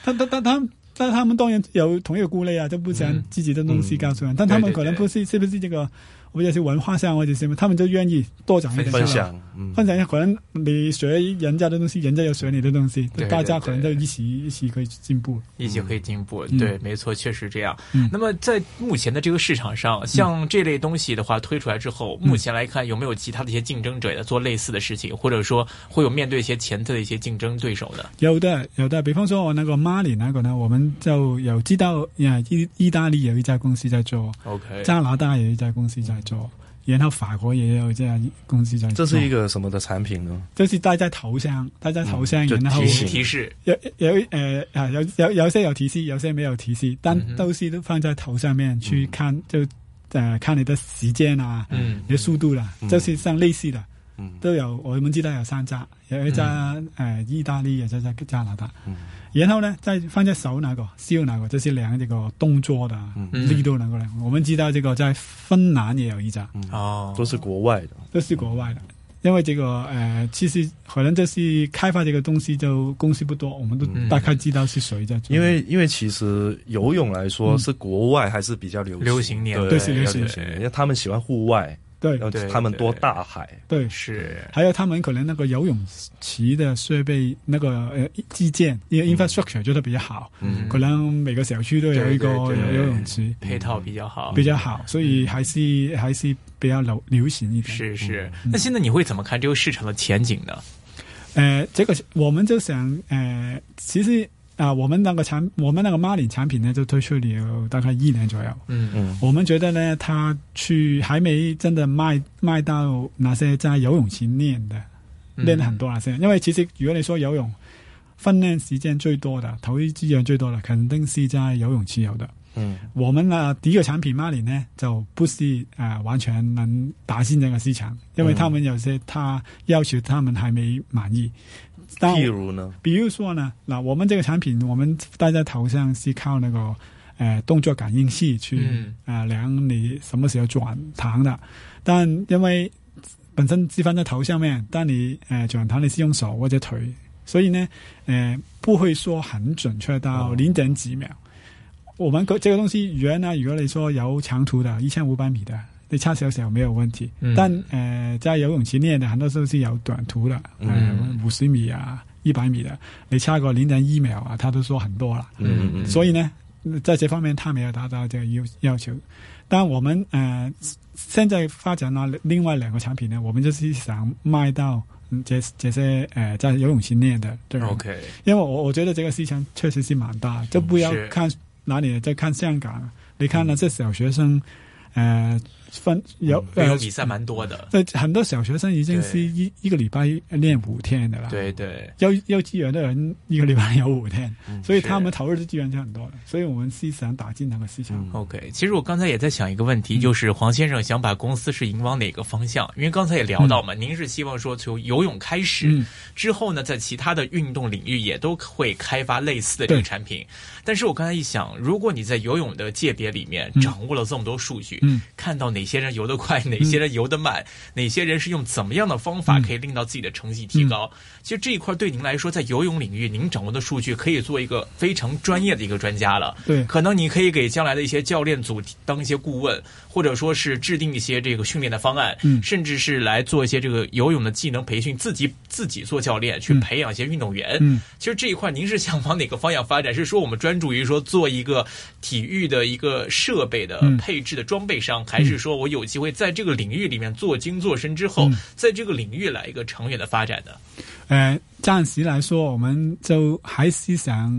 E: 他他他他。但他们当然有同一个顾虑啊，就不想
C: 嗯
E: 自己的东西告诉人，但他们可能不是是不是这个，或者是文化上或者是什么，他们就愿意多讲一点
D: 分
E: 出来
D: 享，嗯，
E: 分享一下，可能你学人家的东西，人家又学你的东西，
C: 对对
E: 大家可能就
C: 对
E: 一起一起可以进步。
C: 一起可以进步。
E: 嗯
C: 对，没错，确实这样。
E: 嗯
C: 那么在目前的这个市场上，像这类东西的话推出来之后，
E: 嗯
C: 目前来看有没有其他的一些竞争者在做类似的事情，或者说会有面对一些潜在的一些竞争对手呢？
E: 有的有的，比方说我那个 Mali 那个呢，我们就有知道，呀，意意大利有一家公司在做，
C: OK，
E: 加拿大有一家公司在做，然后法国也有一家公司在
D: 这
E: 做。
D: 是一，个什么的产品呢？
E: 就是大家投向，大家投向，
D: 嗯就
E: 然后
C: 提
D: 提
C: 示
D: 醒
C: 提示，
E: 有有呃啊有有有些有提示，有些没有提示，但
C: 嗯哼
E: 都是都放在头上面去看，就呃看你的时间啊，
C: 嗯，
E: 你的速度啦，
D: 嗯
E: 就是像类似的。
D: 嗯
E: 都有，我们知道有三家，有一家誒、呃、意大利，有一家加拿大。
D: 嗯
E: 然後呢，再放在手那個、燒那個，就是量這個動作的
C: 嗯
E: 力度那個呢。我们知道這個在芬蘭也有一家，
C: 哦
D: 都，是国外的，
E: 都是國外的。因為這個誒、呃其實可能就是開發這個東西就公司不多，我們都
C: 嗯
E: 大概知道是誰在做。
D: 因为因为其实游泳来说
E: 嗯
D: 是国外还是比较流
C: 流行年
D: 对
E: 对是流
D: 比较
E: 行
D: 流行，因为他们喜欢户外，
E: 对
D: 然后
C: 对
D: 他们多
C: 对
D: 大海，
E: 对，
C: 是
E: 还有他们可能那个游泳池的设备那个呃基建，因
C: 嗯
E: 为 infrastructure 做得比较好，
D: 嗯
E: 可能每个小区都有一个
C: 对对对
E: 游泳池，
C: 配套比较好，
E: 比较好，所以还是还是比较流流行一点。
C: 是是。
E: 嗯
C: 那现在你会怎么看这个市场的前景呢？
E: 呃，这个我们就想，呃，其实啊、我们那个产，我们那个 Marlin 产品呢，就推出了有大概一年左右。
C: 嗯
D: 嗯
E: 我们觉得呢，它去还没真的卖卖到那些在游泳池练的，
C: 嗯
E: 练了很多那些。因为其实如果你说游泳，训练时间最多的，投资资源最多的，肯定是在游泳池有的。
D: 嗯
E: 我们啊第一个产品 m a r i 呢，就不是啊、呃完全能打进这个市场，因为他们有些他要求他们还没满意。但
D: 譬如呢，
E: 比如说呢，那我们这个产品，我们戴在头上是靠那个呃动作感应器去
C: 嗯
E: 啊、呃量你什么时候转堂的，但因为本身是放在头上面，但你呃转堂你是用手或者腿，所以呢，呃不会说很准确到
D: 哦
E: 零点几秒。我们个这个东西原来如果你说有长途的，一千五百米的，你差小小没有问题。
C: 嗯
E: 但呃，在游泳池练的很多时候是有短途的，
C: 嗯
E: 哎五十、米啊、一百米的，你差个零点一秒啊，他都说很多了。
D: 嗯嗯，
E: 所以呢，在这方面他没有达到这个要要求。但我们呃现在发展了另外两个产品呢，我们就是想卖到嗯这这些呃在游泳池练的对吧
C: OK，
E: 因为我我觉得这个市场确实是蛮大，就不要
C: 嗯是嗯
E: 看哪里，就看香港。你看那些小学生，呃，分有
C: 这嗯
E: 呃
C: 种，比赛蛮多的，
E: 对很多小学生已经是
C: 对
E: 一一个礼拜练五天的了。，
C: 对对。
E: 幼幼稚园的人一个礼拜 有五天，所以
C: 是
E: 他们投入的资源就很多了。所以我们是想打进那个市场。
D: 嗯
C: OK，其实我刚才也在想一个问
E: 嗯
C: 题，就是黄先生想把公司是引往哪个方向？因为刚才也聊到嘛，您是希望说从游泳开始、
E: 嗯
C: 之后呢，在其他的运动领域也都会开发类似的这个
E: 对
C: 产品。但是我刚才一想，如果你在游泳的界别里面
E: 嗯
C: 掌握了这么多数据，
E: 嗯
C: 看到哪些人游得快，哪些人游得慢，哪些人是用怎么样的方法
E: 嗯
C: 可以令到自己的成绩提高，其实这一块对您来说，在游泳领域您掌握的数据可以做一个非常专业的一个专家了。
E: 对
C: 可能你可以给将来的一些教练组当一些顾问，或者说是制定一些这个训练的方案，
E: 嗯
C: 甚至是来做一些这个游泳的技能培训，自己自己做教练去
E: 嗯
C: 培养一些运动员。
E: 嗯
C: 其实这一块您是想往哪个方向发展？是说我们专注于说做一个体育的一个设备的
E: 嗯
C: 配置的装备商，还是说我有机会在这个领域里面做精做深之后，
E: 嗯
C: 在这个领域来一个长远的发展呢？
E: 呃，暂时来说，我们就还是想。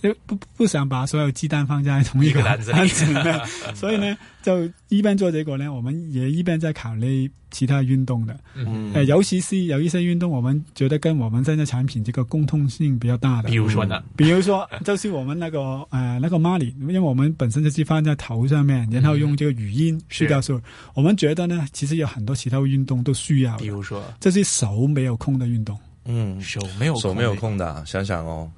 E: 就不不不想把所有鸡蛋放在同一
C: 一
E: 个
C: 个篮子里
E: 篮子里 面，所以呢，就一边做这个呢，我们也一边在考虑其他运动的。
D: 嗯
E: 呃，尤其是有一些运动，我们觉得跟我们现在产品这个共通性比较大的
C: 比，如说呢？
E: 比如说就是我们那个呃那个 m a l i 因为我们本身就是放在头上面，然后用这个语音去
C: 是
E: 告诉我们觉得呢，其实有很多其他运动都需要的
C: 比，如说
E: 这是手没有空的运动。
D: 嗯，
C: 手没有
D: 手没有空的啊，想想哦，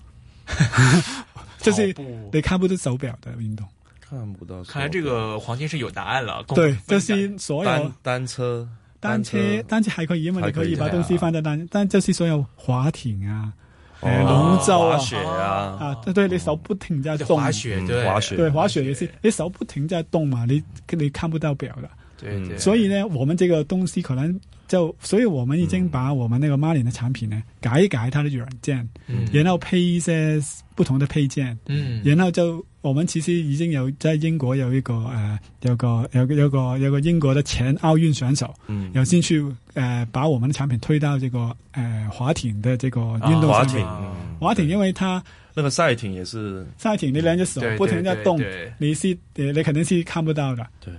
E: 就是
C: 跑步
E: 你看不到手表的运动，
D: 看不到手表，
C: 看来这个黄金是有答案了。跟我
E: 对
C: 们，分
E: 就
C: 享
E: 是所有
D: 单单车
E: 单车，单车还可以，因为你可以把
C: 啊
E: 东西放在单，但就是所有滑艇啊、呃
D: 哦
E: 龙舟
D: 滑
E: 啊
D: 雪啊，
E: 啊，对对，你手不停在
C: 对
E: 动，
C: 哦滑雪，
D: 嗯
C: 对
D: 滑雪
E: 对滑雪也是，你手不停在动嘛，你你看不到表的，
C: 对对，
E: 嗯所以呢，我们这个东西可能就，所以我们已经把我们那个 Marlin 的产品呢改一改它的软件，
C: 嗯
E: 然后配一些不同的配件，
C: 嗯
E: 然后就我们其实已经有在英国有一个呃，有个有个有个有个英国的前奥运选手，
D: 嗯
E: 有兴趣呃把我们的产品推到这个呃滑艇的这个
C: 啊
E: 运动
D: 滑
E: 上
D: 艇
E: 面。，
D: 嗯
E: 滑艇，因为它
D: 那个赛艇也是，
E: 赛艇你两只手
C: 对
E: 不停在动
C: 对对对，
E: 你是呃你肯定是看不到的。
D: 对，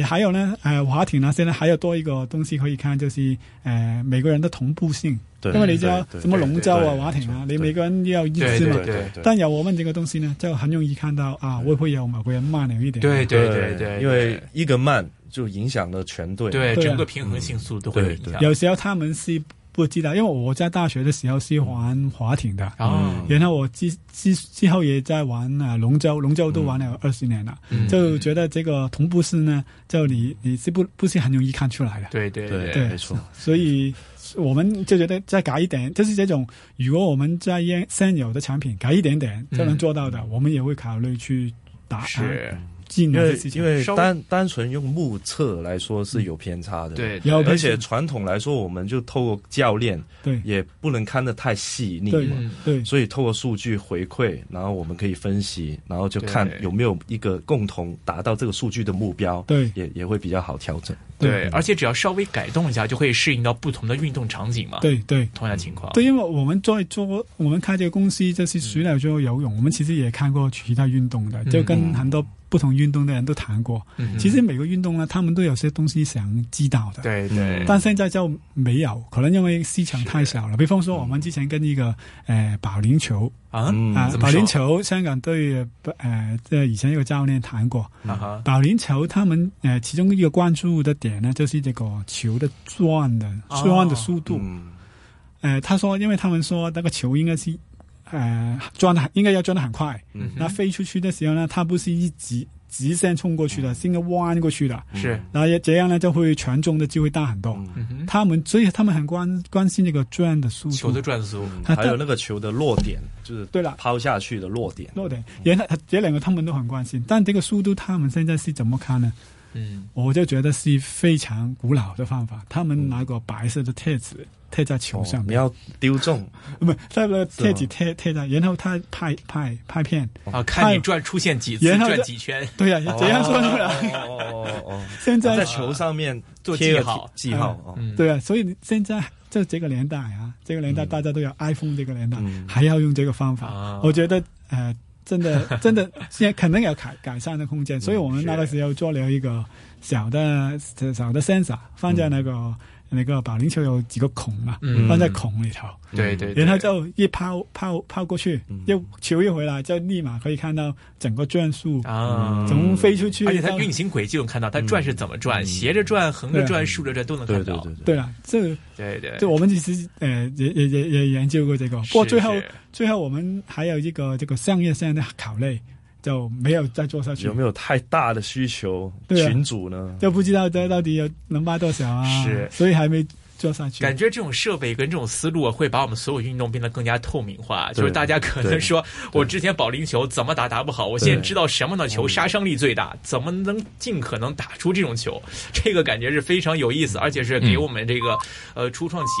E: 呃，还有呢，呃，滑艇那些呢，还有多一个东西可以看，就是呃每个人的同步性，
D: 对
E: 因为你知道
D: 对对
E: 什么龙舟
D: 对
E: 啊、
D: 对
E: 滑艇啊，
D: 对
E: 你每个人都要意
C: 对
E: 思嘛。
C: 对对
E: 但有我们这个东西呢，就很容易看到啊，会不会有某个人慢了一点？
C: 对对对
D: 因为一个慢就影响了全队，
C: 对
E: 对啊
C: 整个平衡性速度会有影响。
E: 有时候他们是不知道，因为我在大学的时候是玩滑艇的，
C: 啊，
E: 然后我之之之后也在玩啊龙舟，龙舟都玩了二十年了，
C: 嗯
E: 就觉得这个同步式呢，就你你是不不是很容易看出来的，
C: 对对
D: 对
E: 对嗯
D: 没错，
E: 所以我们就觉得再改一点，就是这种如果我们在
D: 嗯
E: 现现有的产品改一点点就能做到的，我们也会考虑去打。啊
C: 是。
E: 近
D: 因
E: 某些
D: 为
E: 事情
D: 因。为
C: 稍微
D: 单单纯用目测来说是有偏差的，
C: 对，
E: 要
D: 而且传统来说，我们就透过教练
E: 对
D: 也不能看得太细腻
E: 对
D: 嘛，
E: 对
D: 所以透过数据回馈，然后我们可以分析，然后就看
C: 对
D: 有没有一个共同达到这个数据的目标，
E: 对
D: 也也会比较好调整。
C: 对，而且只要稍微改动一下，就可以适应到不同的运动场景嘛。，
E: 对对
C: 同样的情况。
E: 对，因为我们在做，我们开这个公司就是除了做游泳，我们其实也看过其他运动
D: 嗯
E: 的，就跟很多不同运动的人都谈过。
C: 嗯，
E: 其实每个运动呢，他们都有些东西想知道的。
C: 对
D: 嗯
C: 对
E: 但现在就没有，可能因为市场太小了。比方说，我们之前跟那个呃保龄球
C: 啊
D: 嗯
E: 啊，
C: 怎么
E: 保
C: 说
E: 龄球香港对呃即系以前一个教练谈过，
C: 啊哈，
E: 保龄球他们呃其中一个关注的点呢，就是这个球的转的
C: 哦
E: 转的速度。
D: 嗯，
E: 呃，他说，因为他们说那个球应该是呃转的应该要转的很快，
D: 嗯
E: 那飞出去的时候呢，它不是一直直线冲过去的，是应该弯过去的。
C: 是
E: 然后也这样呢，就会传中的机会大很多。
D: 嗯
C: 嗯哼，
E: 他们所以他们很关关心这个转的速
C: 球
E: 度
C: 的。转速，
E: 嗯他
D: 还有那个球的落点，就是
E: 对了
D: 抛下去的落点，
E: 落点，原来这两个他们都很关心，但这个速度他们现在是怎么看呢？
C: 嗯，
E: 我就觉得是非常古老的方法。他们拿个白色的贴纸贴在球上
D: 哦你
E: 面，
D: 要丢中，
E: 不、是那个贴纸贴贴在，然后他拍拍拍片，
C: 啊，看你转出现几次，
E: 然后就
C: 转几圈，
E: 对呀、这样说出来。
D: 哦哦哦哦哦，
E: 现在
D: 啊在球上面
C: 做
D: 贴个
C: 记号
D: 记号
E: 嗯
D: 哦。
C: 嗯，
E: 对啊，所以现在就这个年代啊，这个年代大家都有 iPhone 这个年代，
D: 嗯
E: 还要用这个方法，
C: 啊
E: 我觉得呃，真的 真的现在肯定有改改善的空
C: 嗯
E: 间，所以我们那个时候做了一个小的小的 sensor 放在那个、那个保龄球有几个孔嘛，
C: 嗯
E: 放在孔里头。
C: 对对，对
E: 然后就一抛抛抛过去
D: 嗯，
E: 又球一回来，就立马可以看到整个转速
C: 啊，
E: 从飞出去到，
C: 而且它运行轨迹能看到，它转是怎么转，斜着转、横着转、竖着转都能
D: 对
C: 看
D: 对
C: 到。
D: 对对，
E: 对了，这
C: 对对
E: 就我们其实呃也也也也研究过这个，
C: 是
E: 不过最后
C: 是
E: 最后我们还有一个这个商业上的考虑，就没有再做下去
D: 有，没有太大的需求？
E: 对啊
D: 群主呢？
E: 就不知道这到底有能卖多少啊，
C: 嗯是
E: 所以还没做下去。
C: 感觉这种设备跟这种思路啊会把我们所有运动变得更加透明化。
D: 对
C: 就是大家可能
D: 对
C: 说，我之前保龄球怎么打打不好，我现在知道什么样的球杀伤力最大，怎么能尽可能打出这种球？这个感觉是非常有意思，而且是给我们这个呃初创企业。